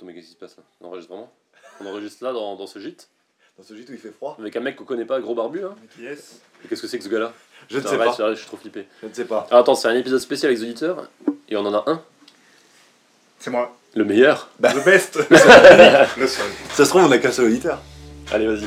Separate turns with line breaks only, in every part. Non, mais qu'est-ce qui se passe là On enregistre vraiment On enregistre là dans, dans ce gîte
Dans ce gîte où il fait froid
Avec un mec qu'on connaît pas, gros barbu. Hein
Yes.
Mais Qu'est-ce que c'est que ce gars-là
Je ne
Ça
sais
arrête,
pas.
ça arrête, Je suis trop flippé.
Je ne sais pas.
Ah, attends, c'est un épisode spécial avec les auditeurs. Et on en a un.
C'est moi.
Le meilleur.
Le best. le seul.
Bah. Ça se trouve, on a qu'un seul auditeur.
Allez, vas-y.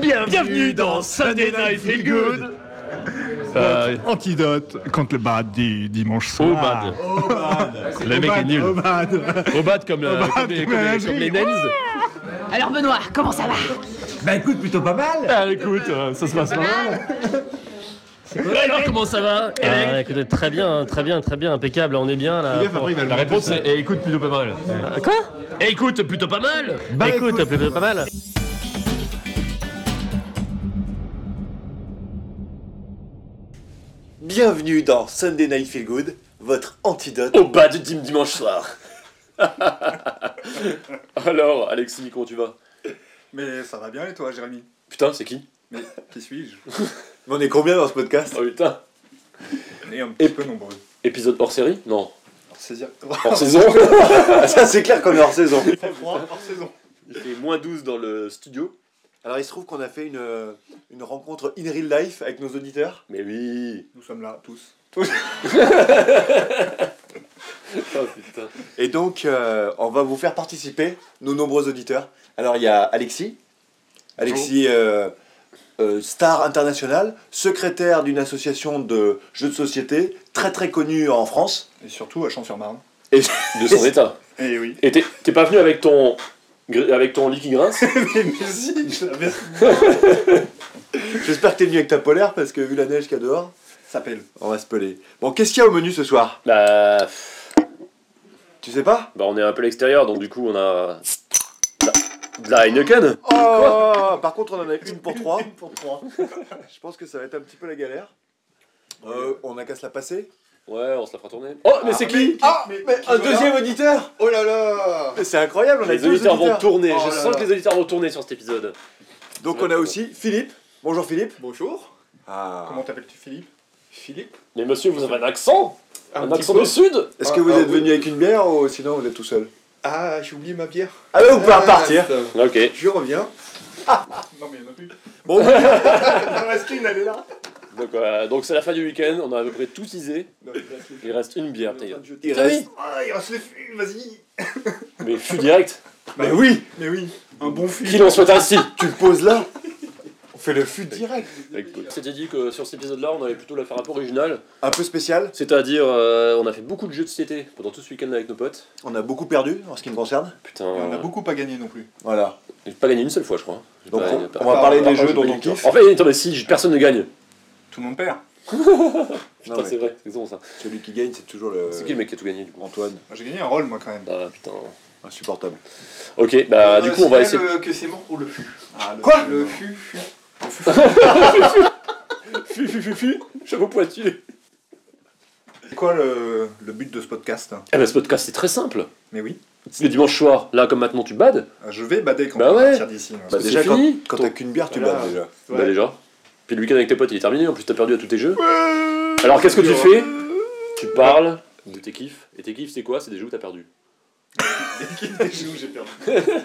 Bienvenue dans Sunday Night Feel Good
Euh, Antidote contre le bad du dimanche
Au
soir.
bad Le mec est nul
Au bad.
Au bad comme euh, comme les-
comme
comme
la
les- comme les
vie.
nails
Alors Benoît, comment ça va
Bah écoute, plutôt pas mal
Ah écoute, euh, ça se passe mal Alors comment ça va
Ah, écoutez, très bien, très bien, très bien, impeccable, on est bien là.
hein.
La réponse c'est eh, écoute plutôt pas mal
Ah, Quoi
Eh, Écoute plutôt pas mal
Bah écoute, plutôt pas mal.
Bienvenue dans Sunday Night Feel Good, votre antidote.
Au bas du dim dimanche soir. Alors, Alexis, comment tu vas
Mais ça va bien et toi, Jérémy
Putain, c'est qui
Mais qui suis-je
Mais on est combien dans ce podcast
Oh putain.
On est un petit
Et-
peu nombreux.
Épisode hors série Non.
Alors, saisir...
Hors saison
Ah, Ça, c'est clair qu'on est hors saison.
Hors saison.
Il fait moins 12 dans le studio.
Alors, il se trouve qu'on a fait une, euh, une rencontre in real life avec nos auditeurs.
Mais oui.
Nous sommes là, tous.
Oh putain.
Et donc, euh, on va vous faire participer, nos nombreux auditeurs. Alors, il y a Alexis. Alexis, euh, euh, star international, secrétaire d'une association de jeux de société très très connue en France.
Et surtout à Champs-sur-Marne.
De son état.
Eh oui.
Et t'es t'es pas venu avec ton. gri- Avec ton lit qui grince
mais, mais si, je l'avais-
J'espère que t'es venu avec ta polaire parce que vu la neige qu'il y a dehors,
Ça s'appelle.
on va se peler. Bon, qu'est-ce qu'il y a au menu ce soir
Bah,
Tu sais pas
bah on est un peu à l'extérieur, donc du coup on a de la- de la Heineken.
Oh Par contre, on en a une pour trois.
Une pour trois.
Je pense que ça va être un petit peu la galère. Euh, on a qu'à se la passer.
Ouais, on se la fera tourner. Oh, mais c'est qui
Ah mais Un deuxième auditeur
Oh là là
Mais C'est incroyable, on a
Les
deux
auditeurs vont
auditeurs.
tourner.
Oh
Je
là
sens
là.
que les auditeurs vont tourner sur cet épisode.
Donc on a aussi Philippe. Bonjour Philippe.
Bonjour.
Ah.
Comment t'appelles-tu, Philippe Philippe
Mais monsieur, vous avez un accent Un,
petit
accent
peu.
du sud
Est-ce que
Ah,
vous
ah,
êtes
oui.
venu avec une bière ou sinon vous êtes tout seul
Ah, j'ai oublié ma bière.
Ah bah vous pouvez
Ah,
repartir.
ça.
Ok.
Je reviens. Non, mais il y en a plus.
Bon,
Il en reste qu'une, elle est là.
Donc euh, donc c'est la fin du week-end, on a à peu près tout teasé.
Non, il reste les-
Il reste une bière, putain.
il reste.
Ah, il reste les fûts, vas-y
Mais fût direct
Mais Bah oui,
Mais oui, un bon fût.
Qui l'en souhaite ainsi
tu le poses là. On fait le fut direct.
C'était dit que sur cet épisode-là, on allait plutôt la faire un peu originale.
Un peu spécial.
C'est-à-dire, euh, on a fait beaucoup de jeux de société pendant tout ce week-end avec nos potes.
On a beaucoup perdu en ce qui me concerne.
Putain,
Et on a beaucoup pas gagné non plus.
Voilà.
J'ai pas gagné une seule fois, je crois. J'ai
Donc
pas-
on,
pas- Oh.
on va
pas-
parler
pas-
des
pas-
jeux dont
pas-
on kiffe.
En fait, attendez, si personne ne gagne.
Tout le monde perd.
Putain,
Non, mais
c'est vrai, c'est exactement ça.
Celui qui gagne, c'est toujours le.
C'est qui le mec qui a tout gagné du coup
Antoine,
Moi, J'ai gagné un rôle moi quand même.
Ah putain.
insupportable.
Ok, bah
Euh,
du coup on va essayer.
que c'est mort pour le fût. Ah, le,
Quoi
Le fût, fût.
Fu fu fu fu Chapeau pointu
C'est quoi le, le but de ce podcast
Eh ben ce podcast c'est très simple.
Mais oui, Ah,
Le dimanche soir, là comme maintenant tu bades,
je vais bader quand
Bah
on va
ouais.
partir d'ici. moi.
Bah,
Parce que
déjà,
c'est
quand-
fini. quand
ton-
t'as qu'une bière, tu
Voilà.
bats déjà.
bah
Ouais.
déjà. Puis le week-end avec tes potes il est terminé, en plus t'as perdu à tous tes jeux. Alors qu'est-ce que tu fais Tu parles de tes kiffs. Et tes kiffs c'est quoi C'est des jeux que t'as perdu.
Des joues, j'ai perdu.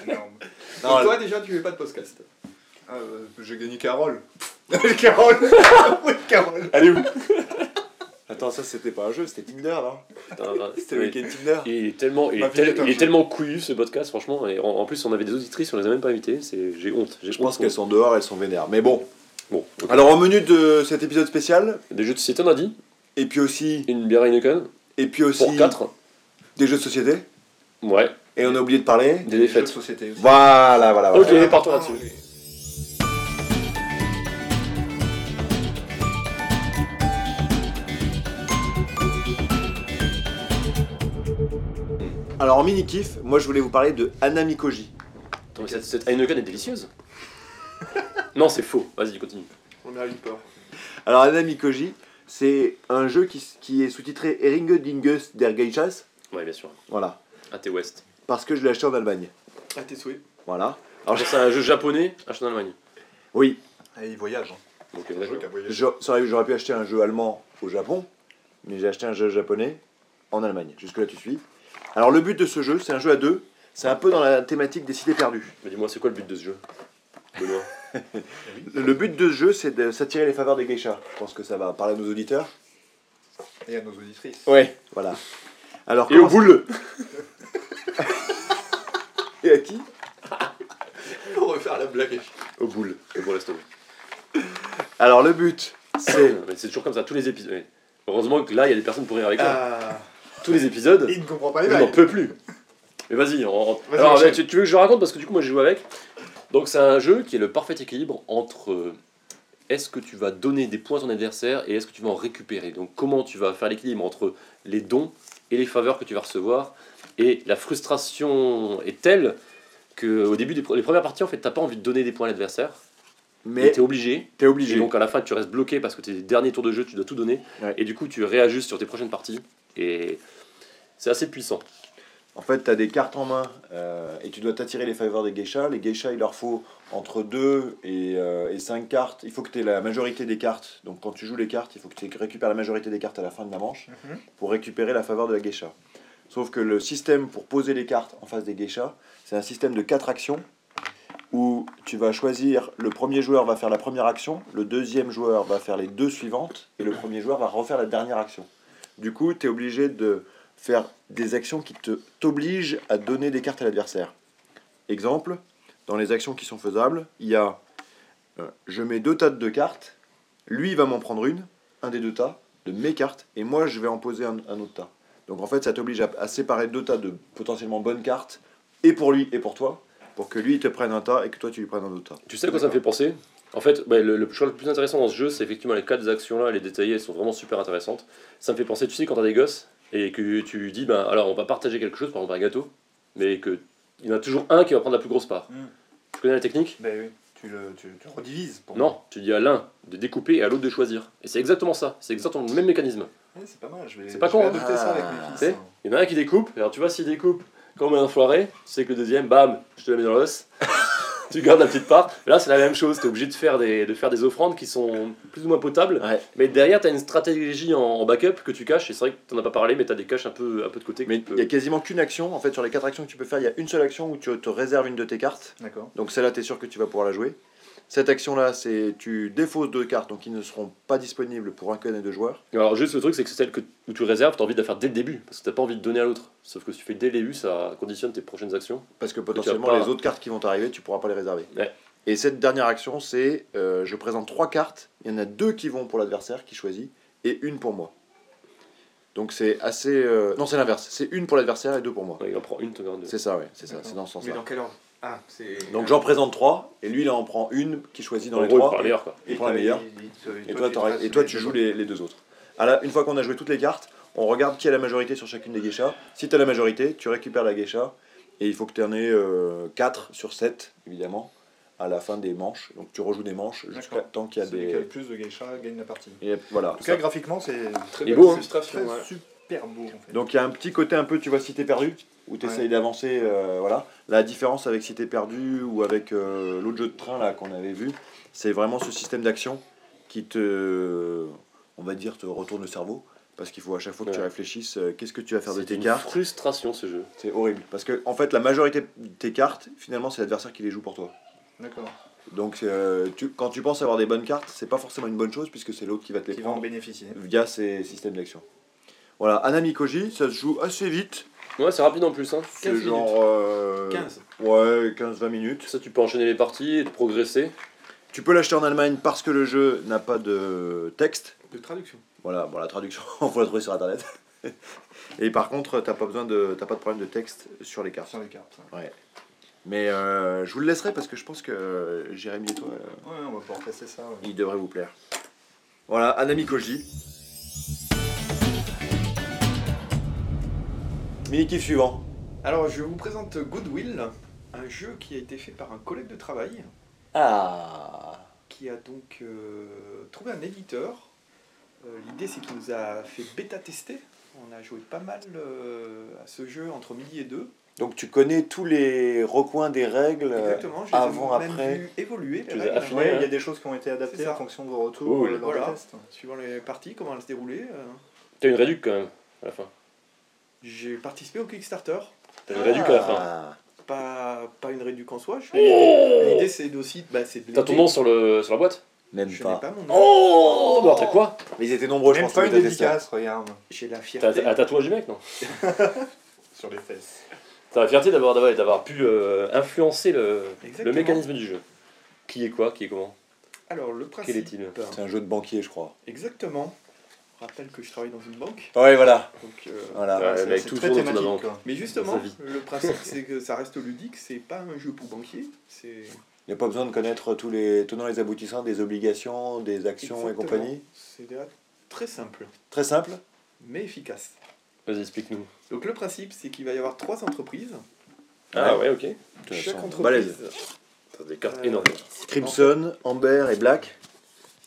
Énorme.
Non,
toi déjà tu fais pas de podcast.
Ah, euh, j'ai gagné Carole. Carole Oui, Carole
Allez où Attends, ça c'était pas un jeu, c'était Tinder là.
Putain,
C'était le
ouais.
week-end Tinder.
Il est tellement, il est
Ma fille est
tel-
un
il est
jeu.
tellement couillu ce podcast, franchement. Et en, en plus, on avait des auditrices, on les a même pas invitées. c'est- J'ai honte. j'ai
Je pense
honte.
qu'elles sont dehors, elles sont vénères. Mais bon.
Bon, ok.
Alors au menu de cet épisode spécial,
des jeux de société, on a dit.
et puis aussi,
Une bière Heineken
et puis aussi
pour 4.
des jeux de société.
Ouais,
Et on a oublié de parler.
des
Jeux de
défaites.
société aussi.
Voilà, voilà, voilà.
Ok, partons là-dessus.
Alors en mini kiff, moi je voulais vous parler de Anamikoji.
Attends, mais cette, cette Heineken est délicieuse. non, c'est faux. Vas-y, continue.
On a eu peur.
Alors, Anamikoji, c'est un jeu qui, s- qui est sous-titré Eringe Dingus der Geishas.
Ouais, bien sûr.
Voilà.
AT West.
Parce que je l'ai acheté en Allemagne.
À tes souhaits.
Voilà.
Alors, c'est un jeu japonais acheté en Allemagne.
Oui,
Ah,
Et il voyage. Hein.
Donc, euh,
C'est un jeu qui a voyagé.
je- ça aurait- j'aurais pu acheter un jeu allemand au Japon, mais j'ai acheté un jeu japonais en Allemagne. Jusque-là, tu suis. Alors, le but de ce jeu, c'est un jeu à deux. C'est un peu dans la thématique des cités perdues.
Mais dis-moi, c'est quoi le but de ce jeu Benoît
Le but de ce jeu, c'est de s'attirer les faveurs des geishas. Je pense que ça va parler à nos auditeurs.
Et à nos auditrices.
Ouais. Ah. Voilà. Alors,
Et au
comment-
boule
et à qui
On refaire la blague.
Au boule. Au boule, laisse tomber.
Alors, le but, c'est.
Mais C'est toujours comme ça, tous les épisodes. ouais. Heureusement que là, il y a des personnes pour rire avec moi.
Ah.
Tous les épisodes,
Il ne comprend pas les
je n'en
blagues.
peux plus. Mais vas-y, on... on-
Vas-y,
alors
enchaîne.
tu, tu veux que je raconte parce que du coup, moi, j'ai joué avec. Donc, c'est un jeu qui est le parfait équilibre entre euh, est-ce que tu vas donner des points à ton adversaire et est-ce que tu vas en récupérer. Donc, comment tu vas faire l'équilibre entre les dons et les faveurs que tu vas recevoir. Et la frustration est telle que au début des pre- les premières parties, en fait, t'as pas envie de donner des points à l'adversaire. Mais
Mais
t'es obligé.
t'es obligé.
Et donc à la fin, tu restes bloqué parce que tes derniers tours de jeu, tu dois tout donner.
Ouais.
Et du coup, tu réajustes sur tes prochaines parties. Et c'est assez puissant.
En fait, tu as des cartes en main euh, et tu dois t'attirer les faveurs des geishas. Les geishas, il leur faut entre 2 et, 5 cartes. Il faut que tu aies la majorité des cartes. Donc, quand tu joues les cartes, il faut que tu récupères la majorité des cartes à la fin de la manche pour récupérer la faveur de la geisha. Sauf que le système pour poser les cartes en face des geishas, c'est un système de 4 actions où tu vas choisir le premier joueur va faire la première action, le deuxième joueur va faire les deux suivantes et le premier joueur va refaire la dernière action. Du coup, tu es obligé de faire des actions qui te t'obligent à donner des cartes à l'adversaire. Exemple, dans les actions qui sont faisables, il y a euh, je mets deux tas de cartes, lui il va m'en prendre une, un des deux tas, de mes cartes, et moi je vais en poser un, un autre tas. Donc en fait, ça t'oblige à, à séparer deux tas de potentiellement bonnes cartes, et pour lui et pour toi, pour que lui il te prenne un tas et que toi tu lui prennes un autre tas.
Tu sais à quoi ça me fait penser En fait, bah, le, le choix le plus intéressant dans ce jeu, c'est effectivement les quatre actions-là, les détaillées, elles sont vraiment super intéressantes. Ça me fait penser, tu sais, quand t'as des gosses et que tu dis, ben alors on va partager quelque chose, par exemple un gâteau, mais que il y en a toujours un qui va prendre la plus grosse part.
Mm.
Tu connais la technique
Bah
Ben oui. Tu le tu, tu redivises. Pour
Non, tu dis à l'un de découper et à l'autre de choisir. Et c'est exactement ça, c'est exactement le même mécanisme.
Ouais, c'est pas mal. Je vais,
C'est pas
je vais
con, hein.
adopter ça avec
Ah.
mes
Tu
fils.
sais, il y en a un qui découpe, alors tu vois, s'il découpe comme un foiré, tu sais que le deuxième, bam, je te la mets dans l'os, tu gardes la petite part. Là, c'est la même chose, t'es obligé de faire, des, de faire des offrandes qui sont plus ou moins potables,
Ouais.
mais derrière, t'as une stratégie en, en backup que tu caches, et c'est vrai que t'en as pas parlé, mais t'as des caches un peu, un peu de côté. que
Mais
tu peux-
il y a quasiment qu'une action, en fait sur les quatre actions que tu peux faire, il y a une seule action où tu te réserves une de tes cartes.
D'accord.
Donc celle-là, tu es sûr que tu vas pouvoir la jouer. Cette action-là, c'est tu défausses deux cartes, donc qui ne seront pas disponibles pour un connaît deux joueurs.
Alors, juste le truc, c'est que c'est celle que, où tu réserves, t'as envie de la faire dès le début, parce que t'as pas envie de donner à l'autre. Sauf que si tu fais dès le début, ça conditionne tes prochaines actions.
Parce
tu
que
vas
potentiellement,
pas-
les autres cartes qui vont t'arriver, tu pourras pas les réserver.
Ouais.
Et cette dernière action, c'est euh, je présente trois cartes. Il y en a deux qui vont pour l'adversaire qui choisit et une pour moi. Donc c'est assez. euh, Non, c'est l'inverse. C'est une pour l'adversaire et deux pour moi.
Ouais, il en prend une, t'en gardes deux.
C'est ça, ouais. C'est ça. C'est dans ce
Mais
sens-là.
dans quel ordre Ah, c'est.
Donc j'en présente trois et lui, il en prend une qui choisit dans
En
les
gros, il
trois.
prend la meilleure, quoi.
il prend la meilleure. Et toi, t'auras-
t'aurais-
et toi, tu joues les, les deux autres. À la- une fois qu'on a joué toutes les cartes, on regarde qui a la majorité sur chacune des geishas. Si tu as la majorité, tu récupères la geisha. Et il faut que tu en aies 4 sur 7, évidemment, à la fin des manches. Donc tu rejoues des manches jusqu'à
D'accord.
tant qu'il y a
Celui qui a le
des.
plus de geisha gagne la partie.
Et voilà.
En tout cas, graphiquement, c'est
Il est beau, hein
très
ouais.
super beau en fait.
Donc il y a un petit côté un peu, tu vois, si t'es perdu, où tu essayes
Ouais.
d'avancer. euh, voilà. La différence avec si t'es perdu ou avec euh, l'autre jeu de train là qu'on avait vu, c'est vraiment ce système d'action qui te, on va dire, te retourne le cerveau. Parce qu'il faut à chaque fois que tu
Ouais.
réfléchisses, euh, qu'est-ce que tu vas faire de
C'est
tes
une
cartes
frustration, ce jeu.
C'est horrible. Parce que en fait, la majorité de tes cartes, finalement, c'est l'adversaire qui les joue pour toi.
D'accord.
Donc euh, tu- quand tu penses avoir des bonnes cartes, c'est pas forcément une bonne chose puisque c'est l'autre qui va te les
Qui va en
prendre
bénéficier.
via ces systèmes d'action. Voilà, Anami Koji, ça se joue assez vite.
Ouais, c'est rapide en plus, hein.
C'est genre. euh,
15.
Ouais, 15-20 minutes.
Ça, tu peux enchaîner les parties et te progresser.
Tu peux l'acheter en Allemagne parce que le jeu n'a pas de texte.
De traduction.
Voilà, bon, la traduction, on peut la trouver sur internet. Et par contre, t'as pas besoin de, t'as pas de problème de texte sur les cartes.
Sur les cartes. ouais.
Mais euh, je vous le laisserai parce que je pense que euh, Jérémy et toi, euh,
Ouais, on va pouvoir passer ça. ouais.
il devrait vous plaire. Voilà, Anami Koji. Mini kiff suivant.
Alors, je vous présente Goodwill, un jeu qui a été fait par un collègue de travail
Ah.
qui a donc euh, trouvé un éditeur. Euh, L'idée, c'est qu'il nous a fait bêta-tester. On a joué pas mal euh, à ce jeu entre midi et deux.
Donc tu connais tous les recoins des règles. euh,
Exactement, je les
avant,
ai même
après.
vus évoluer. les
Tu les as
règles.
affinés,
Ouais, il y a
hein.
des choses qui ont été
C'est
adaptées
ça.
en fonction de vos retours
Oui, oui.
euh, dans
Voilà.
le test.
Suivant les parties, comment elles se déroulaient. euh,
T'as une réduc quand même, à la fin.
J'ai participé au Kickstarter.
T'as une réduc à la fin.
Ah.
Pas, pas une réduction en soi. je fais- L'idée, c'est aussi bah, c'est de
Oh T'as ton
l'aider.
nom sur, le, sur la boîte
Même
Je n'ai
pas.
pas mon nom.
Oh Bah t'as quoi
Mais ils étaient nombreux, je
Même
pense.
pas
les
une
bêta-testeurs.
dédicace, regarde.
J'ai la
T'as
fierté.
un tatouage du mec, non
Sur les fesses.
T'as la fierté d'avoir d'avoir- d'avoir pu euh, influencer le, le
Exactement.
mécanisme du jeu. Qui est quoi Qui est comment
Alors, le principe.
Quel est-il
C'est un jeu de banquier, je crois.
Exactement. Je rappelle que je travaille dans une banque.
Ah Ouais, voilà.
Donc, euh,
Voilà.
Ouais,
C'est
mec,
c'est
tout
très
tourne autour de la
thématique.
banque.
quoi.
Mais
Dans
justement,
sa vie.
le principe, c'est que ça reste ludique, c'est pas un jeu pour banquier. C'est
Il n'y a pas besoin de connaître tous les tenants et les aboutissants des obligations, des actions
Exactement.
et compagnie.
c'est déjà très simple,
Très simple.
mais efficace.
Vas-y, explique-nous.
Donc, le principe, c'est qu'il va y avoir trois entreprises.
Ah ouais, ok.
De toute
Chaque
façon,
entreprise,
balèze.
T'as des cartes
Euh,
énormes.
Crimson, Amber et Black.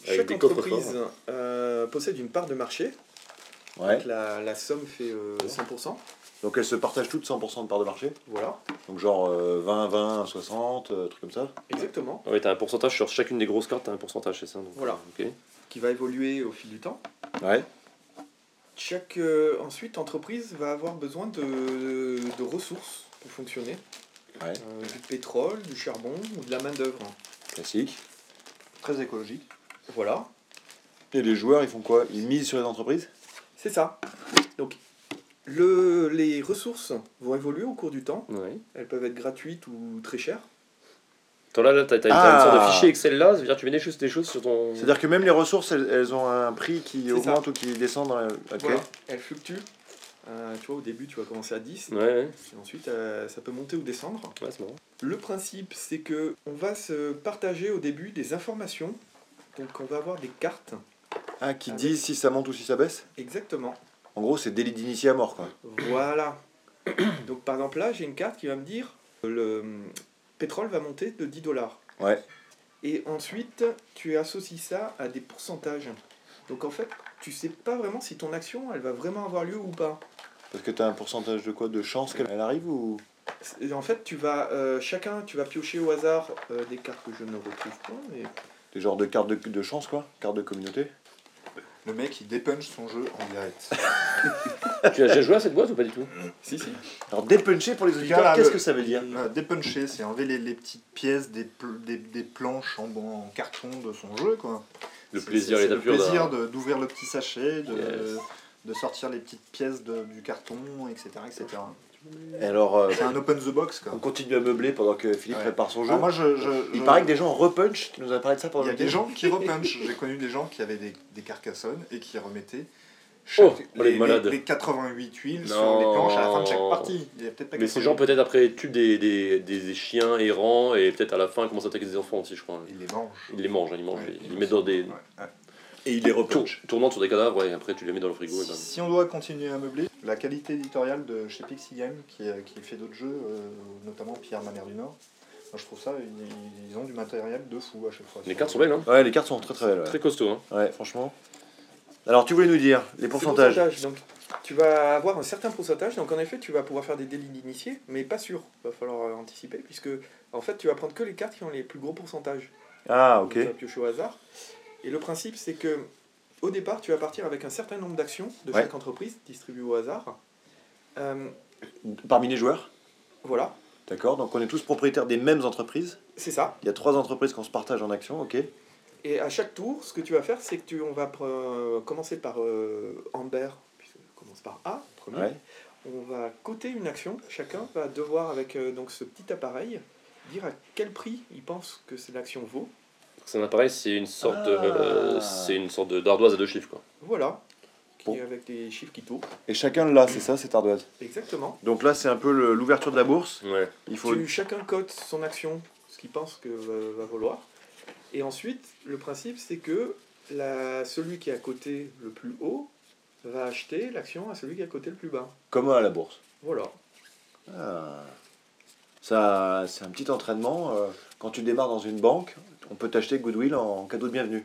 Avec
chaque
des coffres
entreprise euh, possède une part de marché.
Ouais.
Donc, la, la somme fait euh, 100%.
Donc elles se partagent toutes 100% de part de marché.
Voilà,
Donc genre euh, 20, 20, 60, euh, truc comme ça.
exactement.
Ah Ouais, t'as un pourcentage sur chacune des grosses cartes, t'as un pourcentage, c'est ça donc, Ah,
Voilà.
Ok.
Qui va évoluer au fil du temps.
Ouais.
Chaque euh, ensuite entreprise va avoir besoin de, de ressources pour fonctionner.
Ouais.
Euh, du pétrole, du charbon ou de la main d'œuvre.
Classique.
Très écologique.
Voilà,
Et les joueurs, ils font quoi Ils misent sur les entreprises
c'est ça. Donc le, les ressources vont évoluer au cours du temps.
Ouais.
Elles peuvent être gratuites ou très chères.
Attends, là, là t'as, t'as- t'as
Ah.
une sorte de fichier Excel là, c'est-à-dire que tu mets des choses, des choses sur ton.
C'est-à-dire que même les ressources, elles, elles ont un prix qui
C'est
augmente ou qui descend dans la... Ok.
Voilà, elles fluctuent. Euh, tu vois, au début, tu vas commencer à 10,
Ouais, ouais,
et ensuite, euh, ça peut monter ou descendre.
ouais, c'est marrant.
Le principe, c'est que on va se partager au début des informations. Donc, on va avoir des cartes.
Ah, qui
Ah
disent si ça monte ou si ça baisse
Exactement.
En gros, c'est délit d'initié à mort, quoi.
Voilà. Donc, par exemple, là, j'ai une carte qui va me dire le hum, pétrole va monter de 10 dollars.
Ouais.
Et ensuite, tu associes ça à des pourcentages. Donc, en fait, tu sais pas vraiment si ton action, elle va vraiment avoir lieu ou pas.
Parce que t'as un pourcentage de quoi De chance qu'elle elle arrive ou
Et en fait, tu vas euh, chacun, tu vas piocher au hasard euh, des cartes que je ne retrouve pas. Mais...
Des genres de cartes de, de chance, quoi Cartes de communauté
Le mec, il dépunche son jeu en direct.
tu as déjà joué à cette boîte ou pas du tout
Si, si.
Alors, dépuncher pour les
Car là,
auditeurs, qu'est-ce
le-
que ça veut dire
Euh, Dépuncher, c'est enlever les, les petites pièces des, pl- des, des planches en, en carton de son jeu, quoi.
Le
C'est-
plaisir,
c'est-
les
c'est Le
tapures.
plaisir de- d'ouvrir le petit sachet, de,
euh, Yes.
de sortir les petites pièces de- du carton, etc. etc.
Et Alors, euh,
C'est un open the box, quoi.
on continue à meubler pendant que Philippe
Ouais.
prépare son jeu.
Alors moi, je, je-
Il
je-
paraît que des gens repunch, tu nous as parlé de ça pendant
il y a
le
des
game.
gens qui repunchent. J'ai connu des gens qui avaient des, des carcassonnes et qui remettaient
Oh,
chaque-
oh, les malades.
88 huiles sur
Non.
les planches à la fin de chaque partie. Il y a peut-être pas
Mais ces gens, peut-être après, tuent des, des, des- des chiens errants et peut-être à la fin commencent à attaquer des enfants aussi, je crois.
Ils les mangent.
Ils les mangent, hein, ils mangent,
Ouais.
ils les mettent dans des.
Ouais.
Et il les
tour-
repunch.
tournantes sur des cadavres et après tu les mets dans le frigo. et
Si,
ben-
si on doit continuer à meubler, la qualité éditoriale de chez Pixie Game, qui, euh, qui fait d'autres jeux, euh, notamment Pierre Manère du Nord, moi, je trouve ça, ils, ils ont du matériel de fou à chaque fois.
Les cartes sont belles, hein
Ouais, les cartes sont très très belles.
Très
Ouais,
costaud, hein
Ouais, franchement. Alors, tu voulais nous dire les pourcentages.
Ces pourcentages, Donc, tu vas avoir un certain pourcentage. Donc, en effet, tu vas pouvoir faire des délits d'initié, mais pas sûr. Va falloir euh, anticiper, puisque en fait, tu vas prendre que les cartes qui ont les plus gros pourcentages.
Ah, ok.
Donc, Tu vas piocher au hasard. Et le principe, c'est que au départ, tu vas partir avec un certain nombre d'actions de
Ouais.
chaque entreprise distribuées au hasard. Euh,
Parmi les joueurs,
voilà,
d'accord. Donc, on est tous propriétaires des mêmes entreprises.
c'est ça.
Il y a trois entreprises qu'on se partage en action, ok.
Et à chaque tour, ce que tu vas faire, c'est que tu, on va pre- commencer par euh, Amber, puisque ça commence par A, premier.
Ouais.
On va coter une action. Chacun va devoir, avec euh, donc ce petit appareil, dire à quel prix il pense que c'est- l'action vaut.
C'est un appareil, c'est une sorte de-
Ah.
euh, c'est une sorte de- d'ardoise à deux chiffres, quoi.
Voilà. Qui
Bon.
est avec des chiffres qui tournent.
Et chacun là, c'est ça, cette ardoise.
Exactement.
Donc là, c'est un peu le- l'ouverture de la bourse.
Ouais.
Il faut.
Tu- chacun cote son action, ce qu'il pense que va, va vouloir. Et ensuite, le principe, c'est que la, celui qui a coté le plus haut va acheter l'action à celui qui a coté le plus bas.
Comment à la bourse
Voilà.
Ah. Ça, c'est un petit entraînement. euh, Quand tu démarres dans une banque, on peut t'acheter Goodwill en cadeau de bienvenue.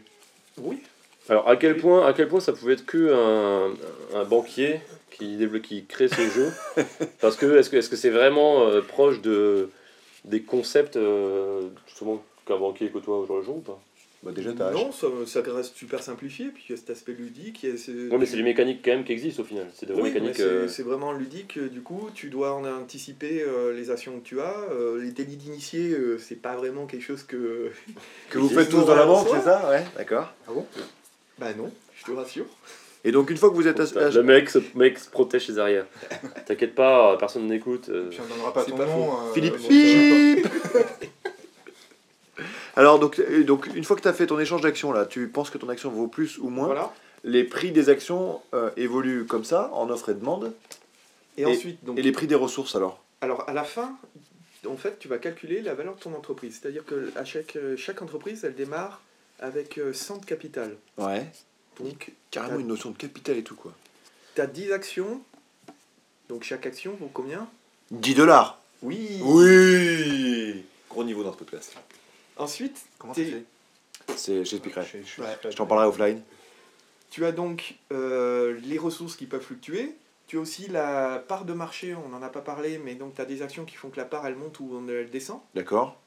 Oui.
Alors à quel point, à quel point ça pouvait être que un, un banquier qui, déblo- qui crée ce jeu Parce que est-ce que est-ce que c'est vraiment euh, proche de des concepts euh, justement qu'un banquier côtoie aujourd'hui ou pas
Bah, déjà, t'as acheté.
non, ça, ça reste super simplifié, puis il y a cet aspect ludique. il y a ce-
Oui, mais c'est des mécaniques quand même qui existent au final. C'est des vraies
Oui, mais
mécaniques.
c'est
euh,
c'est vraiment ludique, euh, du coup, tu dois en anticiper euh, les actions que tu as. euh, les délits d'initié, euh, c'est pas vraiment quelque chose que.
Que vous
Et
faites
c'est
tous dans la
moral en
banque,
soi.
c'est ça Ouais, d'accord.
Bah non, je te rassure.
Et donc, une fois que vous êtes.
putain, Le mec, se- mec se protège ses arrières. T'inquiète pas, personne n'écoute. euh.
Puis on donnera pas
C'est
ton
pas
nom. euh,
Philippe,
bon,
Philippe Alors, donc, euh, donc, une fois que tu as fait ton échange d'actions, là, tu penses que ton action vaut plus ou moins
Voilà.
Les prix des actions euh, évoluent comme ça, en offre et demande.
Et,
Et-
ensuite, donc.
Et les prix des ressources, alors
Alors à la fin, en fait, tu vas calculer la valeur de ton entreprise. C'est-à-dire que à chaque, euh, chaque entreprise, elle démarre avec euh, 100 de capital.
Ouais.
Donc
Carrément une notion de capital et tout, quoi.
tu as 10 actions. Donc chaque action vaut combien
10 dollars
Oui.
Oui Gros niveau dans ce podcast.
Ensuite,
Comment tu
T'es-
fais
C'est- J'expliquerai.
Je- je-
Ouais.
je-
Je t'en parlerai offline.
tu as donc euh, les ressources qui peuvent fluctuer. Tu as aussi la part de marché, on n'en a pas parlé, mais donc tu as des actions qui font que la part elle monte ou elle descend.
D'accord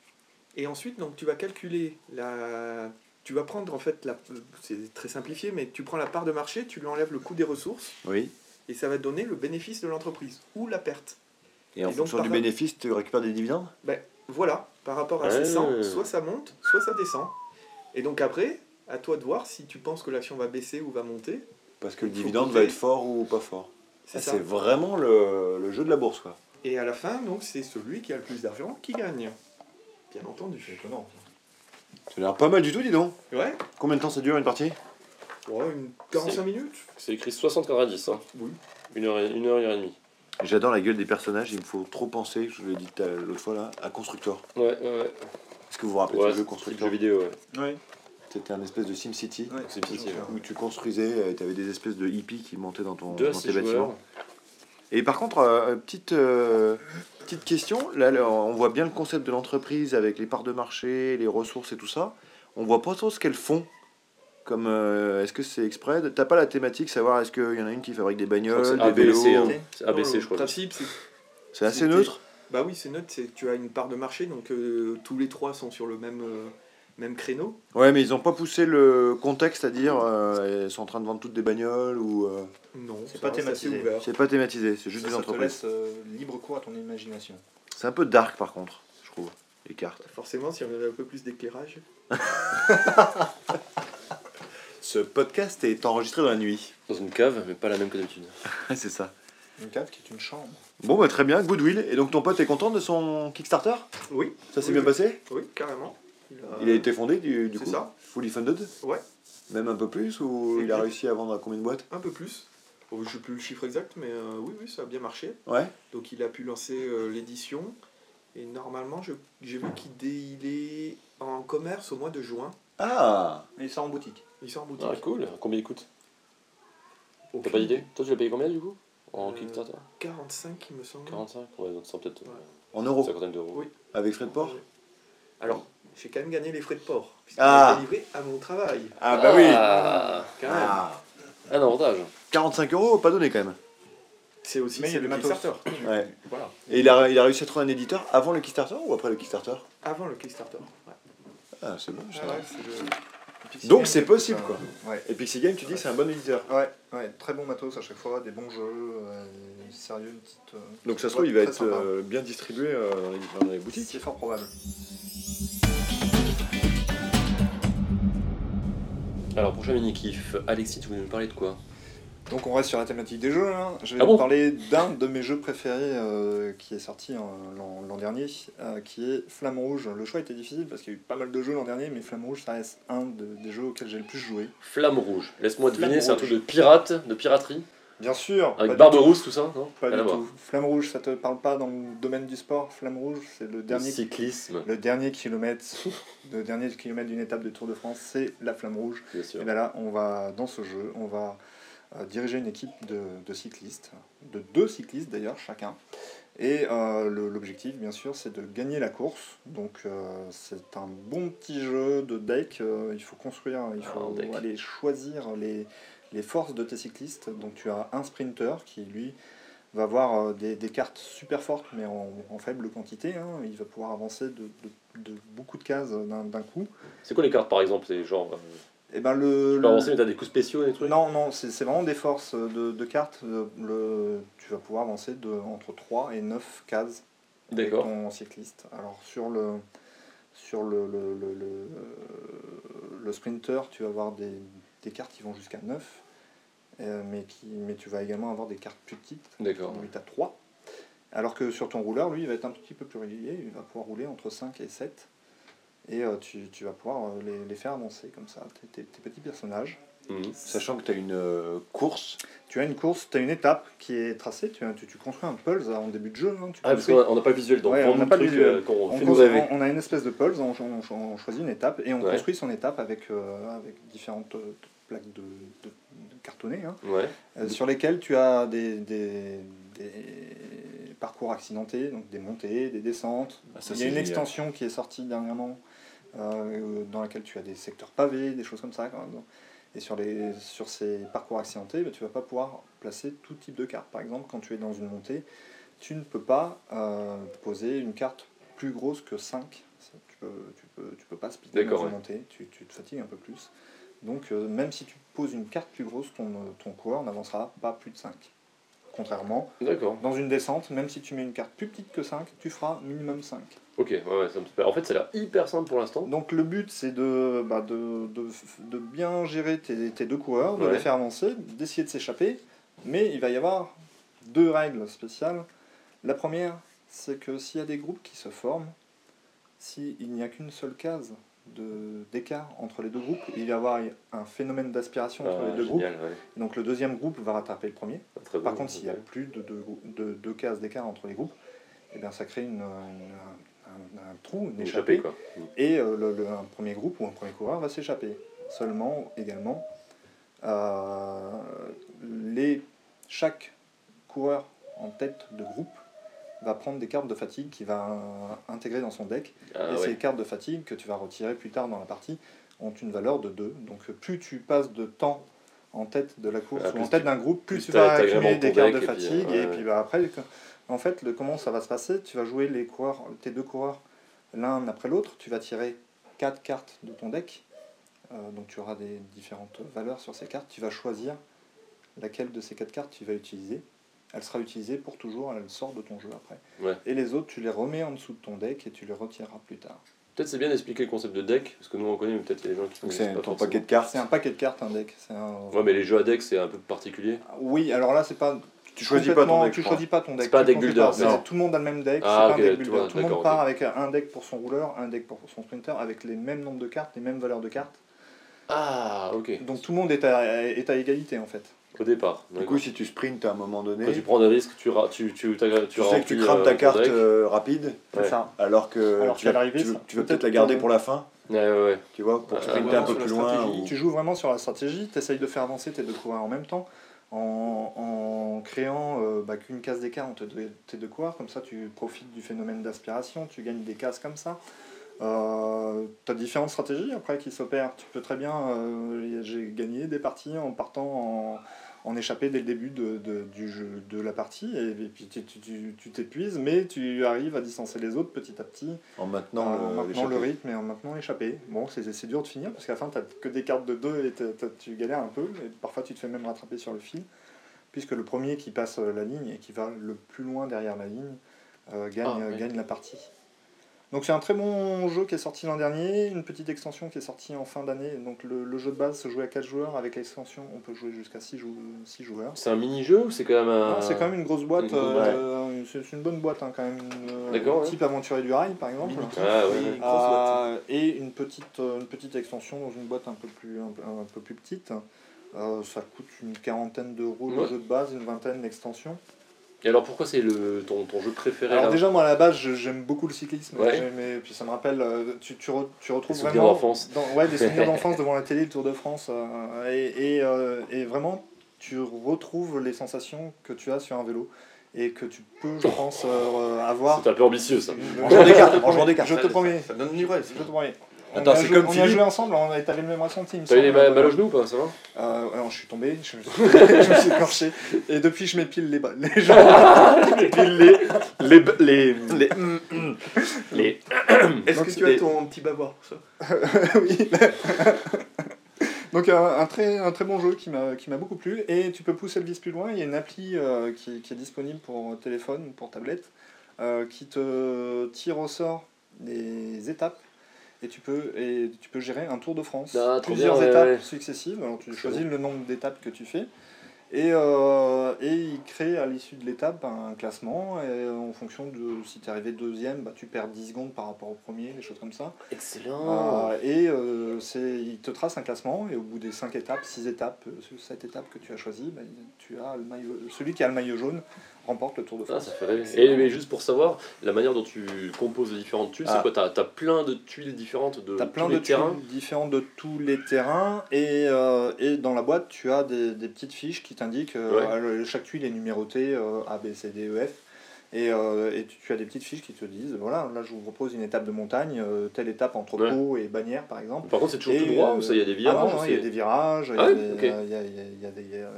Et ensuite, donc, tu vas calculer la. Tu vas prendre en fait la. C'est très simplifié, mais tu prends la part de marché, tu lui enlèves le coût des ressources,
Oui.
et ça va te donner le bénéfice de l'entreprise ou la perte.
Et en
Et donc,
fonction
par
du
là-
bénéfice, tu récupères des dividendes
Ben voilà, par rapport à
Ouais.
ces 100, soit ça monte, soit ça descend. Et donc après, à toi de voir si tu penses que l'action va baisser ou va monter.
Parce que le
Faut
dividende
compter.
va être fort ou pas fort.
C'est
Ah,
ça.
C'est vraiment le, le jeu de la bourse, quoi.
Et à la fin, donc, c'est celui qui a le plus d'argent qui gagne. Bien
C'est
entendu.
étonnant.
Ça a l'air pas mal du tout, dis donc.
Ouais,
Combien de temps ça dure une partie
ouais, une 45 minutes.
C'est écrit 60-90. Hein.
Oui.
Une heure, et- une heure, une heure et demie.
J'adore la gueule des personnages, il me faut trop penser, je vous l'ai dit tout à- l'autre fois là, à Constructor.
Ouais, ouais, ouais.
Est-ce que vous vous rappelez
Ouais,
de ce jeu
c'est le jeu
Constructor
vidéo, ouais.
C'était un espèce de SimCity
Ouais.
C'est petit. ouais.
où tu construisais, tu avais des espèces de hippies qui montaient dans, ton,
Deux à
dans
six
tes
joueurs.
bâtiments. Et par contre, euh, petite, euh, petite question, là là, on voit bien le concept de l'entreprise avec les parts de marché, les ressources et tout ça. On voit pas trop ce qu'elles font. Comme euh, est-ce que c'est exprès T'as pas la thématique, savoir est-ce qu'il y en a une qui fabrique des
Je crois
bagnoles,
que
des
c'est ABC,
vélos.
hein. C'est ABC,
Non,
je crois.
Le principe, c'est
C'est assez
C'était-
neutre.
Bah oui, c'est neutre, c'est tu as une part de marché, donc euh, tous les trois sont sur le même, euh, même créneau.
Ouais, mais ils n'ont pas poussé le contexte à dire euh, elles sont en train de vendre toutes des bagnoles ou. euh,
Non,
C'est pas
ça reste assez
thématisé.
ouvert.
c'est pas thématisé, c'est juste
Ça,
des
ça te
entreprises.
laisse euh, libre cours à ton imagination.
C'est un peu dark par contre, je trouve, les cartes.
Forcément, si on avait un peu plus d'éclairage.
Ce podcast est enregistré dans la nuit.
Dans une cave, mais pas la même que d'habitude.
c'est ça.
Une cave qui est une chambre.
Bon, bah très bien, Goodwill. Et donc ton pote est content de son Kickstarter
Oui,
Ça s'est
Oui,
bien
oui.
passé
oui, carrément. Il a-
Il a été fondé du, du
c'est
coup
ça.
Fully funded
Ouais.
Même un peu plus ou
C'est
il a
bien.
réussi à vendre à combien de boîtes
un peu plus. Oh, je sais plus le chiffre exact, mais euh, oui, oui, ça a bien marché.
Ouais.
Donc il a pu lancer euh, l'édition. Et normalement, je- j'ai vu qu'il dé- il est en commerce au mois de juin.
Ah
Et ça en boutique.
Il sort en boutique.
Ah, cool. Combien il coûte T'as
Aucune-
pas d'idée Toi, tu l'as payé combien du coup En
Euh,
Kickstarter
45, il me semble.
45 Ouais, donc c'est peut-être euh,
En
une
euros
cinquantaine d'euros.
Oui.
Avec frais de port
Alors, j'ai quand même gagné les frais de port. Puisqu'il
Ah.
a été livré à mon travail.
Ah bah oui
Ah,
Quand même.
Ah.
Un avantage.
45 euros, pas donné quand même.
C'est aussi
Mais il y a
c'est
du
le
matos.
Kickstarter.
Ouais.
Voilà.
Et il a, il a réussi à trouver un éditeur avant le Kickstarter ou après le Kickstarter
Avant le Kickstarter. ouais.
Ah, c'est bon. ça.
Pixie
Donc,
Game,
c'est possible,
ça-
quoi.
Ouais.
Et Pixie Game, tu dis, c'est un bon éditeur.
Euh, Ouais, ouais, très bon matos à chaque fois, des bons jeux, euh, sérieux, une petite. euh,
Donc, ça se
boîte
trouve, il va
très
être
sympa.
euh, bien distribué euh, dans, les, dans les boutiques.
C'est fort probable.
Alors, prochain mini-kiff. Alexis, tu voulais nous parler de quoi
Donc on reste sur la thématique des jeux. hein. Je vais
Ah
vous
bon
parler d'un de mes jeux préférés euh, qui est sorti euh, l'an l'an dernier, euh, qui est Flamme Rouge. Le choix était difficile parce qu'il y a eu pas mal de jeux l'an dernier, mais Flamme Rouge, ça reste un de- des jeux auxquels j'ai le plus joué.
Flamme rouge. Laisse-moi
Flamme
deviner, c'est un
rouge.
truc de pirate, de piraterie.
Bien sûr, pas
Avec
du
barbe
tout.
rousse, tout ça, non
Pas
Rien à
du
voir.
tout. Flamme Rouge, ça te parle pas dans le domaine du sport. Flamme Rouge, c'est le
Le
dernier
cyclisme,
Le dernier kilomètre, le dernier kilomètre d'une étape de Tour de France, c'est la flamme rouge.
bien
Et
sûr.
bien là, on va dans ce jeu, on va euh, diriger une équipe de, de cyclistes, de deux cyclistes d'ailleurs chacun. Et euh, le- l'objectif, bien sûr, c'est de gagner la course. Donc, euh, c'est un bon petit jeu de deck. euh, il faut construire, il
Ah,
faut
un deck.
aller choisir les, les forces de tes cyclistes. Donc, tu as un sprinter qui, lui, va avoir euh, des, des cartes super fortes, mais en, en faible quantité. hein. Il va pouvoir avancer de, de- de beaucoup de cases d'un d'un coup.
C'est quoi les cartes par exemple C'est genre. euh,
Et ben le,
Tu peux
le-
avancer, mais t'as des coups spéciaux et des trucs
non, non, c'est c'est vraiment des forces euh, de, de cartes. Le- le- tu vas pouvoir avancer de, entre 3 et 9 cases avec
D'accord.
ton cycliste. Alors sur le sur le, le, le, le, euh, le sprinter, tu vas avoir des, des cartes qui vont jusqu'à 9, euh, mais, qui, mais tu vas également avoir des cartes plus petites,
D'accord.
donc tu as 3. Alors que sur ton rouleur, lui, il va être un petit peu plus régulier, il va pouvoir rouler entre 5 et 7. Et euh, tu, tu vas pouvoir euh, les, les faire avancer comme ça, tes- tes- tes petits personnages.
Mhm.
Sachant que tu as une euh, course.
Tu as une course, tu as une étape qui est tracée, tu, as- tu, tu construis un pulse en début de jeu. hein, tu
Ah, parce
construis-
qu'on a- on n'a pas le visuel, donc
Ouais,
on
on
n'a
n'a
pas
pas
le
le
truc
visuel.
euh, qu'on
on,
fait nous
construit-
rêver.
on- on a une espèce de pulse, on, on- on choisit une étape et on
Ouais.
construit son étape avec, euh, avec différentes euh, plaques de, de, de cartonnées hein,
Ouais.
euh, sur lesquelles tu as des, des- des parcours accidentés, donc des montées, des descentes.
Ah, ça,
Il y
c'est
a une
génial.
extension qui est sortie dernièrement euh, dans laquelle tu as des secteurs pavés, des choses comme ça. quand même. Et sur, les, sur ces parcours accidentés, bah, tu vas pas pouvoir placer tout type de carte. Par exemple, quand tu es dans une montée, tu ne peux pas euh, poser une carte plus grosse que 5. Ça, tu peux, tu peux, tu peux pas splitter dans
D'accord,
une
ouais.
montée, tu, tu te fatigues un peu plus. Donc, euh, même si tu poses une carte plus grosse, ton, euh, ton coureur n'avancera pas plus de 5. Contrairement,
D'accord.
dans une descente, même si tu mets une carte plus petite que 5, tu feras minimum 5.
Ok, ouais, ouais, ça me plaît. En fait, ça a l'air hyper simple pour l'instant.
Donc le but c'est de, bah, de, de, de bien gérer tes, tes deux coureurs, de
Ouais.
les faire avancer, d'essayer de s'échapper, mais il va y avoir deux règles spéciales. La première, c'est que s'il y a des groupes qui se forment, s'il n'y a qu'une seule case de- d'écart entre les deux groupes, il va y avoir un phénomène d'aspiration entre
Ah,
les deux groupes.
génial, ouais.
Donc le deuxième groupe va rattraper le premier.
Ah, très
Par
bon.
contre, s'il y a plus de deux, grou- de deux cases d'écart entre les groupes, eh bien, ça crée une- une- un, un- un trou, une
Une
échappée.
échappée, quoi. Mm.
Et euh, le, le- un premier groupe ou un premier coureur va s'échapper. Seulement, également, euh, les, chaque coureur en tête de groupe va prendre des cartes de fatigue qu'il va euh, intégrer dans son deck.
Ah,
et
ouais.
ces cartes de fatigue que tu vas retirer plus tard dans la partie ont une valeur de 2. Donc plus tu passes de temps en tête de la course
Ah,
ou
plus
en
tu-
tête d'un groupe, plus,
plus
tu
t'as-
vas
t'agrémentes
accumuler
ton
des cartes
deck
de
et puis,
fatigue.
ouais,
et
ouais.
puis bah, après, en fait, le, comment ça va se passer Tu vas jouer les coureurs, tes deux coureurs l'un après l'autre. Tu vas tirer quatre cartes de ton deck. Euh, donc tu auras des différentes valeurs sur ces cartes. Tu vas choisir laquelle de ces quatre cartes tu vas utiliser. Elle sera utilisée pour toujours, elle sort de ton jeu après.
Ouais.
Et les autres, tu les remets en dessous de ton deck et tu les retireras plus tard.
Peut-être c'est bien d'expliquer le concept de deck, parce que nous on connaît, mais peut-être il y a des gens qui
Donc
connaissent
c'est
pas
ton
forcément.
paquet de cartes.
C'est un paquet de cartes, un deck. c'est un-
Ouais, mais les jeux à deck c'est un peu particulier.
Oui, alors là, c'est pas.
Tu choisis pas ton
complètement-
deck.
Tu
je crois.
choisis pas ton deck.
C'est pas un
tu
deck
comptes
builder,
pas.
c'est-
C'est- Tout le monde a le même deck.
Ah,
c'est pas
ok,
un deck
tout le
builder.
monde,
Tout le
d'accord,
monde part avec un deck pour son rouleur, un deck pour son sprinter, avec les mêmes nombres de cartes, les mêmes valeurs de cartes.
Ah, ok.
Donc tout le monde est à, est à égalité en fait.
Au départ.
Du
d'accord.
coup, si tu sprints à un moment donné,
Quand tu prends des risques, tu, ra- tu, tu, t'as-
tu sais
remplis,
que tu
euh,
crames ta
ton
carte
deck.
euh, rapide,
C'est
Ouais.
ça.
alors que
Alors
tu,
qu'à
vas,
l'arrivée,
tu veux-
ça-
tu veux
peut-être
peut-être la garder
ton-
pour la fin,
Ouais, ouais, ouais.
tu vois, pour
Ah,
sprinter
vraiment
un peu
sur la
plus loin.
stratégie.
ou-
Tu joues vraiment sur la stratégie, tu essayes de faire avancer tes deux coureurs en même temps, en, en créant euh, bah, qu'une case d'écart entre deux- tes deux coureurs, comme ça tu profites du phénomène d'aspiration, tu gagnes des cases comme ça. Euh, tu as différentes stratégies après qui s'opèrent. Tu peux très bien, euh, j'ai gagné des parties en partant en, en échappée dès le début de, de- du jeu, de la partie, et, et puis tu- tu- tu tu t'épuises, mais tu arrives à distancer les autres petit à petit.
En
En
Ah,
maintenant, euh, le-
maintenant
l'échappée.
le rythme et en maintenant l'échappée. Bon, c'est c'est dur de finir parce qu'à la fin, t'as que des cartes de 2 et t'as- t'as- tu galères un peu. Et parfois, tu te fais même rattraper sur le fil. Puisque le premier qui passe euh, la ligne et qui va le plus loin derrière la ligne euh, gagne,
Ah, ouais.
gagne la partie. Donc, c'est un très bon jeu qui est sorti l'an dernier. Une petite extension qui est sortie en fin d'année. Donc, le, le jeu de base se jouait à 4 joueurs. Avec l'extension, on peut jouer jusqu'à 6, joueurs.
C'est un mini-jeu ou c'est quand même un.
Non, c'est quand même une grosse
Euh,
boîte.
une grosse
euh, c'est c'est une bonne boîte hein, quand même. une-
D'accord, ouais.
Type aventurier du rail, par exemple.
Ah, ouais, ouais.
Une grosse boîte.
Euh, et une petite, euh, une petite extension dans une boîte un peu plus, un, peu- un peu plus petite. Euh, ça coûte une quarantaine d'euros le
Ouais.
jeu de base, une vingtaine d'extensions.
Et alors pourquoi c'est le, ton, ton jeu préféré
Alors
là
déjà moi à la base je- j'aime beaucoup le cyclisme,
Ouais.
J'aime- et puis ça me rappelle, euh, tu, tu, re- tu retrouves
Des souvenirs
vraiment
d'enfance.
dans- ouais, des souvenirs d'enfance devant la télé, le Tour de France, euh, et, et, euh, et vraiment tu retrouves les sensations que tu as sur un vélo. et que tu peux, je pense, euh, avoir.
C'est un peu ambitieux ça.
En
jouant des cartes, en jouant des
Je
cartes.
te promets.
Ça donne du rêve.
Je te promets. On
Attends,
a
c'est
joué-
comme
On a
Philippe.
joué ensemble, on avait les mêmes ressentis. il me
T'as eu les
semble.
ma- mal au genou ou pas, ça va
Euh, alors, je suis tombé, je me suis, je me suis écorché. Et depuis, je m'épile les bras. Les jambes.
Les. Les. Les. les...
Est-ce que
Donc,
tu as
et-
ton petit bavard pour ça
oui. Donc, un, un très, un très bon jeu qui m'a qui m'a beaucoup plu. Et tu peux pousser le vice plus loin. Il y a une appli euh, qui, qui est disponible pour téléphone ou pour tablette euh, qui te tire au sort des étapes. Et tu, peux, et tu peux gérer un Tour de France.
Ah, trop
plusieurs
bien, ouais,
étapes
ouais.
successives. Alors, tu
C'est
choisis le nombre d'étapes que tu fais. Et, euh, et il crée à l'issue de l'étape un classement. Et euh, en fonction de si tu es arrivé deuxième, bah, tu perds 10 secondes par rapport au premier, des choses comme ça.
Excellent
Euh, et euh, c'est- il te trace un classement. Et au bout des 5 étapes, 6 étapes, euh, 7 étapes que tu as choisies, bah, tu as le maillot- celui qui a le maillot jaune remporte le Tour de
Ah,
France.
ça fait rêver. Et mais juste pour savoir, la manière dont tu composes les différentes tuiles,
Ah.
c'est quoi T'as t'as plein de tuiles différentes de
T'as
tous
plein
les
de
terrains
tuiles différentes de tous les terrains et, euh, et dans la boîte tu as des, des petites fiches qui t'indiquent euh,
Ouais.
alors, chaque tuile est numérotée euh, A, B, C, D, E, F et, euh, et tu, tu as des petites fiches qui te disent voilà là je vous propose une étape de montagne euh, telle étape entre
Ouais.
Pau et Bannière par exemple.
Par contre, c'est toujours
Et,
tout droit
euh,
ou ça Il y a des
Ah non,
virages
non,
ou
il y a
c'est-
des virages, il y
Ah
a
ouais,
des-
ok.
il y a- il y a- il y a des... euh,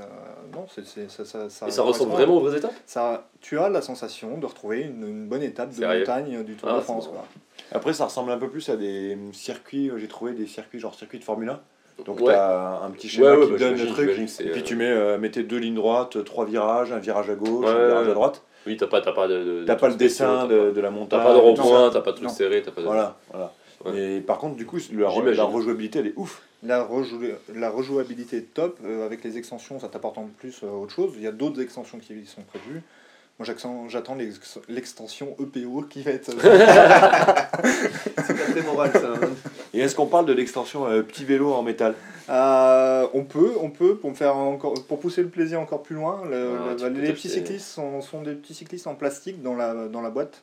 Non, c'est- c'est- ça, ça, ça,
Et ça ressemble
correspond.
vraiment aux vraies étapes
Ça, tu as la sensation de retrouver une, une bonne étape de
Sérieux
montagne du Tour
Ah,
de
c'est
France.
marrant.
quoi.
Après, ça ressemble un peu plus à des circuits. euh, J'ai trouvé des circuits genre circuit de Formule 1. Donc
Ouais.
t'as un petit schéma
Ouais, ouais,
qui
bah,
donne le
j'imagine,
truc.
j'imagine que c'est,
Et puis
euh,
tu mets, euh, mettez deux lignes droites, trois virages, un virage à gauche,
Ouais,
un virage
ouais.
à droite.
Oui, t'as pas, t'as pas de. de-
T'as
de
pas le
trucs spéciaux,
dessin
t'as pas-
de, de la
T'as
montagne.
pas de
tout ça.
rond-point, t'as pas de truc
Ah, Non.
serré, t'as pas de.
Voilà, voilà.
Ouais.
Et par contre, du coup, la, re-
J'imagine.
la rejouabilité, elle est ouf.
La, rejou- la rejouabilité est top. euh, avec les extensions, ça t'apporte en plus euh, autre chose. Il y a d'autres extensions qui sont prévues. Moi, j'accent- j'attends l'ex- l'extension EPO qui va être. euh,
C'est pas très moral ça.
Et est-ce qu'on parle de l'extension euh, petit vélo en métal
Euh, on peut, on peut pour me faire encore, pour pousser le plaisir encore plus loin. le-
Ah,
le- bah,
tu peux
les petits
t'acheter.
cyclistes sont, sont des petits cyclistes en plastique dans la dans la boîte.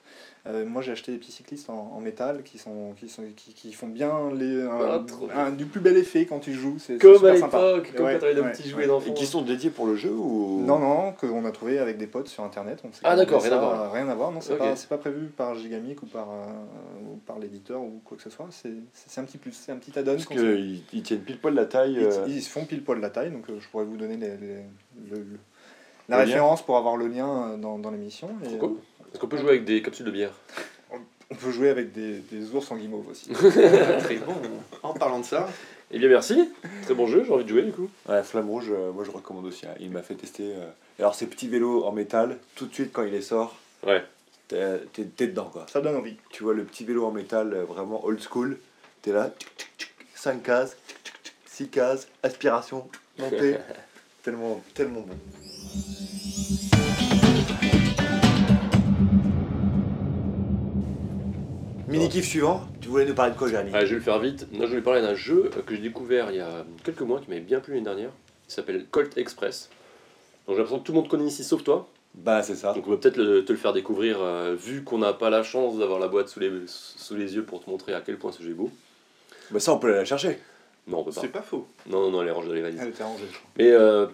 Euh, moi, j'ai acheté des petits cyclistes en, en métal qui sont qui sont qui, qui font bien les un-
Ah, trop
un- du plus bel effet quand tu joues. C'est c'est
Comme à
super sympa.
l'époque, comme
Ouais,
quand t'avais des
ouais,
petits
ouais.
jouets d'enfants.
Et qui sont dédiés pour le jeu ou
Non, non, qu'on a trouvé avec des potes sur internet. On s'est
Ah, d'accord,
commandé
rien à
ça,
voir.
euh, Rien à voir, non, c'est
Ok.
pas, c'est pas prévu par Gigamic ou par, euh, ou par l'éditeur ou quoi que ce soit. C'est c'est- c'est un petit plus, c'est un petit add-on.
Parce
qu'on s'est-
qu'ils ils tiennent pile poil la taille.
Ils,
euh,
ils se font pile poil la taille, donc euh, je pourrais vous donner les- les- le- le- la
Le lien.
référence pour avoir le lien euh, dans, dans l'émission. et,
Trop cool.
euh,
Est-ce qu'on peut jouer avec des capsules de bière
On peut jouer avec des, des ours en guimauve aussi.
très bon. En parlant de ça,
Eh bien, merci. Très bon jeu, j'ai envie de jouer du coup.
Ouais, Flamme Rouge, euh, moi je recommande aussi. hein. Il m'a fait tester. euh, Alors, ces petits vélos en métal, tout de suite quand il les sort,
Ouais.
t'es t'es- t'es dedans quoi.
Ça donne envie.
Tu vois le petit vélo en métal euh, vraiment old school, t'es là, tic, tic, tic, 5 cases, tic, tic, tic, 6 cases, aspiration, montée. tellement, tellement bon. Mini kiff suivant, tu voulais nous parler de quoi, Jérémy
Allez, Ah, je vais le faire vite. Non, je vais parler d'un jeu que j'ai découvert il y a quelques mois qui m'avait bien plu l'année dernière. Il s'appelle Colt Express. Donc j'ai l'impression que tout le monde connaît ici sauf toi.
Bah, c'est ça.
Donc on peut peut-être le- te le faire découvrir euh, vu qu'on n'a pas la chance d'avoir la boîte sous les, sous les yeux pour te montrer à quel point ce jeu est beau.
Bah, ça, on peut aller la chercher.
Non, on peut pas.
c'est pas faux.
Non, non, non, elle est rangée dans les valises.
Elle était rangée, je crois.
Mais euh,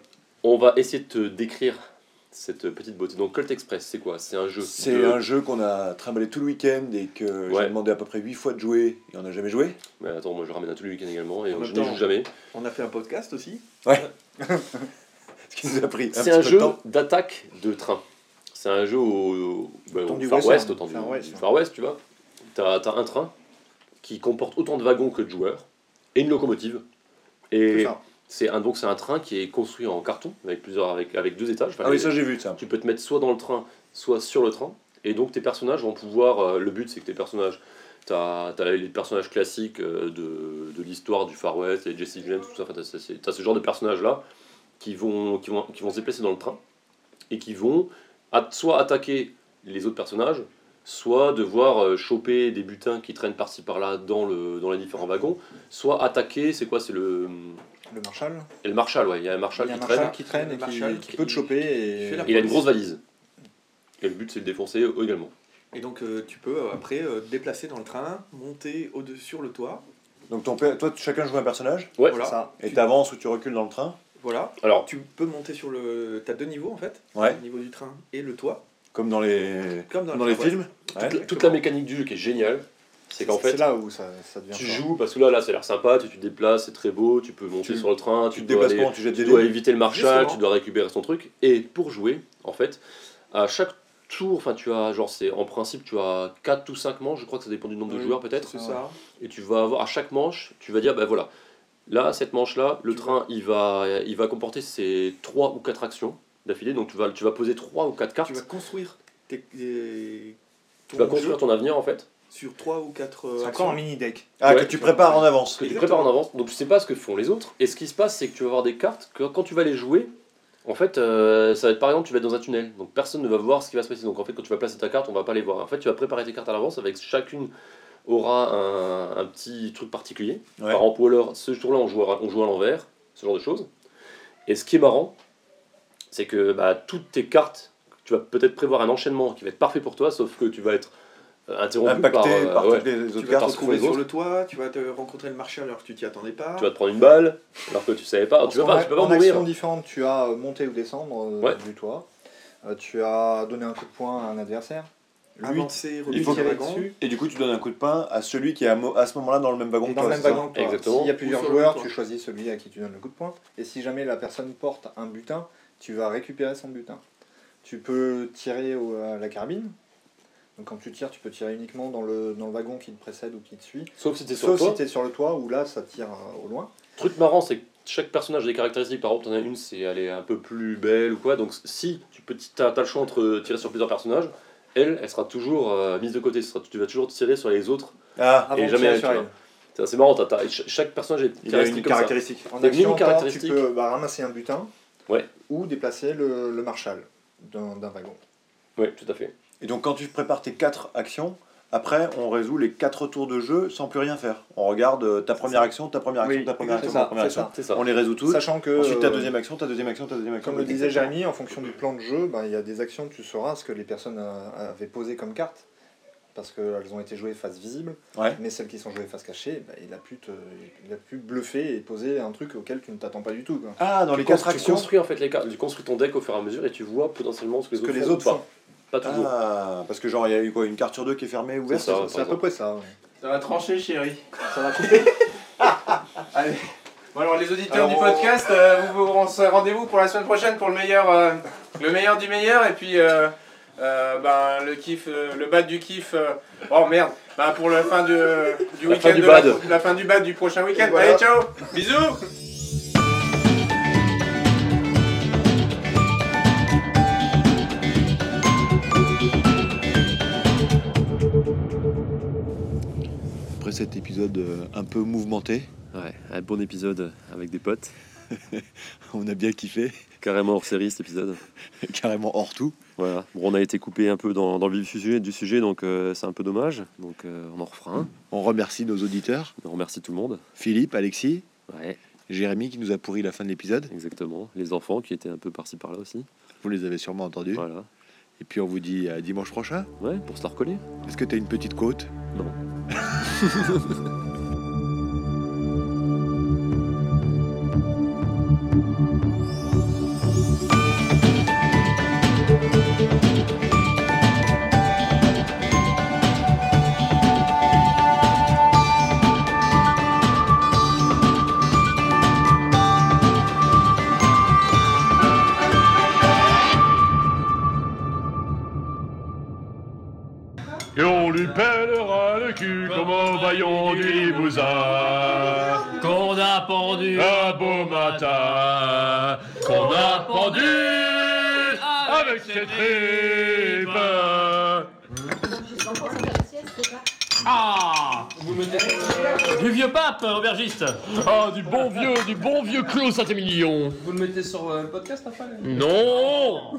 on va essayer de te décrire cette petite beauté. Donc Colt Express, c'est quoi C'est un jeu.
C'est
de-
un jeu qu'on a trimballé tout le week-end et que
Ouais.
j'ai demandé à peu près 8 fois de jouer et on n'a jamais joué.
Mais attends, moi je ramène à tous les week-ends également et
En
je
même
n'y
temps.
joue jamais.
On a fait un podcast aussi.
Ce qui nous a pris un petit
C'est un
peu
jeu
de temps.
d'attaque de train. C'est un jeu au, au- bah, au
temps du
Far
Western.
West, au temps du,
Far West,
du
ouais.
Far West, tu vois. T'as as un train qui comporte autant de wagons que de joueurs et une locomotive.
Tout
Et
ça.
c'est un donc c'est un train qui est construit en carton avec plusieurs avec, avec deux étages. Enfin,
Ah oui,
les-
ça j'ai vu ça.
tu peux te mettre soit dans le train, soit sur le train. Et donc tes personnages vont pouvoir. euh, le but c'est que tes personnages. T'as as les personnages classiques euh, de, de l'histoire du Far West, les Jesse James, tout ça. Enfin, t'as c'est- t'as ce genre de personnages là qui vont, qui, vont, qui vont se déplacer dans le train et qui vont at- soit attaquer les autres personnages, soit devoir euh, choper des butins qui traînent par-ci par-là dans, le, dans les différents wagons, soit attaquer, c'est quoi C'est le,
Le Marshall.
et le Marshall, ouais, il y a un
Il
Marshall
y a un
qui
Marshall
traîne.
qui traîne
Le
et
Marshall
qui,
qui-
qui peut te choper.
qui fait
Et...
la-
Et il a une grosse valise. Et le but c'est de défoncer eux également.
Et donc euh, tu peux euh, après euh, te déplacer dans le train, monter au-dessus sur le toit.
Donc ton père- toi, tu- chacun joue un personnage
Ouais,
Voilà.
Ça.
et
Tu-
t'avances ou tu recules dans le train.
Voilà.
Alors,
Tu peux monter sur le. T'as deux niveaux en fait.
Ouais.
Le niveau du train et le toit.
Comme dans les,
Comme dans,
dans
le
les
Far West.
films. Ouais.
toute, toute la mécanique du jeu qui est géniale, c'est qu'en fait,
c'est là où ça, ça devient.
tu
fort.
joues parce que là, là, ça a l'air sympa, tu te déplaces, c'est très beau, tu peux monter
Tu-
sur le train,
Tu
tu,
te
dois,
déplaces
aller,
comment Tu jettes des
tu dois
dés
éviter le marshal,
Justement.
tu dois récupérer son truc. Et pour jouer, en fait, à chaque tour, enfin, tu as, genre, c'est en principe, tu as 4 ou 5 manches, je crois que ça dépend du nombre de
Oui,
joueurs peut-être.
C'est ça.
et tu vas avoir à chaque manche, tu vas dire ben voilà, là cette manche là, le train il va il va comporter ses trois ou quatre actions d'affilée, donc tu vas tu vas poser trois ou quatre cartes,
Tu vas construire tes, tes- ton
construire
jeu
ton avenir en fait.
sur trois ou quatre euh,
C'est
actions.
encore un mini deck.
Ah, que
Ouais.
tu prépares en avance.
Que tu
Exactement.
prépares en avance, donc tu sais pas ce que font les autres. Et ce qui se passe, c'est que tu vas avoir des cartes que quand tu vas les jouer, en fait, euh, ça va être par exemple, tu vas être dans un tunnel, donc personne ne va voir ce qui va se passer. Donc en fait, quand tu vas placer ta carte, on va pas les voir. En fait, tu vas préparer tes cartes à l'avance avec chacune aura un, un petit truc particulier.
Ouais.
Par exemple, ou alors, ce jour-là, on joue, à, on joue à l'envers, ce genre de choses. Et ce qui est marrant, c'est que bah, toutes tes cartes, tu vas peut-être prévoir un enchaînement qui va être parfait pour toi, sauf que tu vas être euh, interrompu par,
Impacté
euh,
par
ouais.
toutes les
Tu
autres
vas te
Parce
cartes.
que les
retrouver sur
autres-
le toit, tu vas te rencontrer le marché alors que tu t'y attendais pas.
Tu vas te prendre une balle, alors que tu savais pas, Ah, tu,
En
vas pas, tu peux pas mourir.
actions différentes, tu as euh, monter ou descendre euh,
Ouais.
du toit. Euh, tu as donné un coup de poing à un adversaire. Lui,
avancer,
lui
revenir
qui
faut
sur
est
le
tirer
wagon.
Et du coup, tu donnes un coup de pain à celui qui est à, mo- à ce moment-là dans le même wagon que
dans
toi.
le même
euh, c'est ça
wagon que toi.
Exactement.
S'il y a plusieurs
Ou sur le
joueurs,
même
tu
toit.
choisis celui à qui tu donnes le coup de poing. Et si jamais la personne porte un butin, tu vas récupérer son butin. Tu peux tirer au- à la carabine. Donc quand tu tires, tu peux tirer uniquement dans le, dans le wagon qui te précède ou qui te suit.
Sauf si t'es sur
Sauf
toi.
si tu es sur le toit, où là, ça tire euh, au loin.
truc marrant, c'est que chaque personnage a des caractéristiques. Par exemple, t'en as une, c'est elle est un peu plus belle ou quoi. Donc, si tu peux, t'as, t'as le choix entre tirer sur plusieurs personnages, elle, elle sera toujours euh, mise de côté. Ce sera- tu vas toujours tirer sur les autres.
Ah,
Avant
Et
de
jamais
tirer
elle,
sur
tu
elle.
vois. C'est assez marrant. t'as- t'as- ch- chaque personnage a des
il a une
caractéristiques comme ça.
caractéristique.
En
T'as mis une
action en temps, tu
caractéristique.
peux bah, ramasser un butin
Ouais.
ou déplacer le, le marshal d'un d'un wagon.
Oui, tout à fait.
Et donc, quand tu prépares tes quatre actions, après, on résout les quatre tours de jeu sans plus rien faire. On regarde euh, ta première action, ta première action,
Oui,
ta première action,
c'est ça,
ta première
c'est
action.
ça.
C'est ça.
On les résout toutes.
Sachant que,
Ensuite, ta
euh,
deuxième action, ta deuxième action, ta deuxième action.
comme le
ta deuxième
disait
action.
Jérémy, en fonction du plan de jeu, bah, il y a des actions, tu sauras ce que les personnes euh, avaient posé comme carte. Parce qu'elles ont été jouées face visible,
Ouais.
mais celles qui sont jouées face cachée, bah, il, a pu te- il a pu bluffer et poser un truc auquel tu ne t'attends pas du tout. quoi.
Ah, dans les quatre
tu
actions.
construis en fait les cartes, tu construis ton deck au fur et à mesure et tu vois potentiellement ce que,
Parce que
les
les
autres
autres
font. ou
font.
Pas, pas toujours.
Ah, parce que genre, il y a eu quoi Une carte sur deux qui est fermée, ouverte
ça, par
C'est à peu
exemple.
près ça. hein. ouais.
Ça va trancher, chérie.
Ça va couper.
Allez. Bon, alors, les auditeurs
Alors,
du
on-
podcast, euh, vous, vous- on se rendez-vous pour la semaine prochaine pour le meilleur, euh, le meilleur du meilleur. Et puis, euh, euh, ben, le kiff, euh, le bad du kiff. euh, oh merde. Ben, pour la fin du, du
La fin
week-end.
du
de la-
bad.
la fin du bad du prochain week-end.
Et voilà.
Allez, ciao. Bisous.
Après cet épisode euh, un peu mouvementé,
Ouais, un bon épisode avec des potes.
on a bien kiffé,
Carrément hors série cet épisode.
carrément hors tout.
Voilà. Bon, on a été coupé un peu dans, dans le vif du sujet, du sujet donc euh, c'est un peu dommage. Donc euh, on en refera un.
On remercie nos auditeurs,
On remercie tout le monde.
Philippe, Alexis,
Ouais,
Jérémy qui nous a pourri la fin de l'épisode.
exactement. Les enfants qui étaient un peu par-ci par-là aussi.
Vous les avez sûrement entendus.
Voilà.
Et puis on vous dit à dimanche prochain.
Ouais, pour se la recoller.
Est-ce que t'as une petite côte
Et on lui pèlera le cul comme au baillon du Libouzard.
Qu'on a pendu
Un beau matin, qu'on a pendu avec ses tripes.
Ah Du vieux pape, aubergiste
Ah, du bon vieux, du bon vieux Claude Saint-Émilion.
Vous le mettez sur le podcast après
Non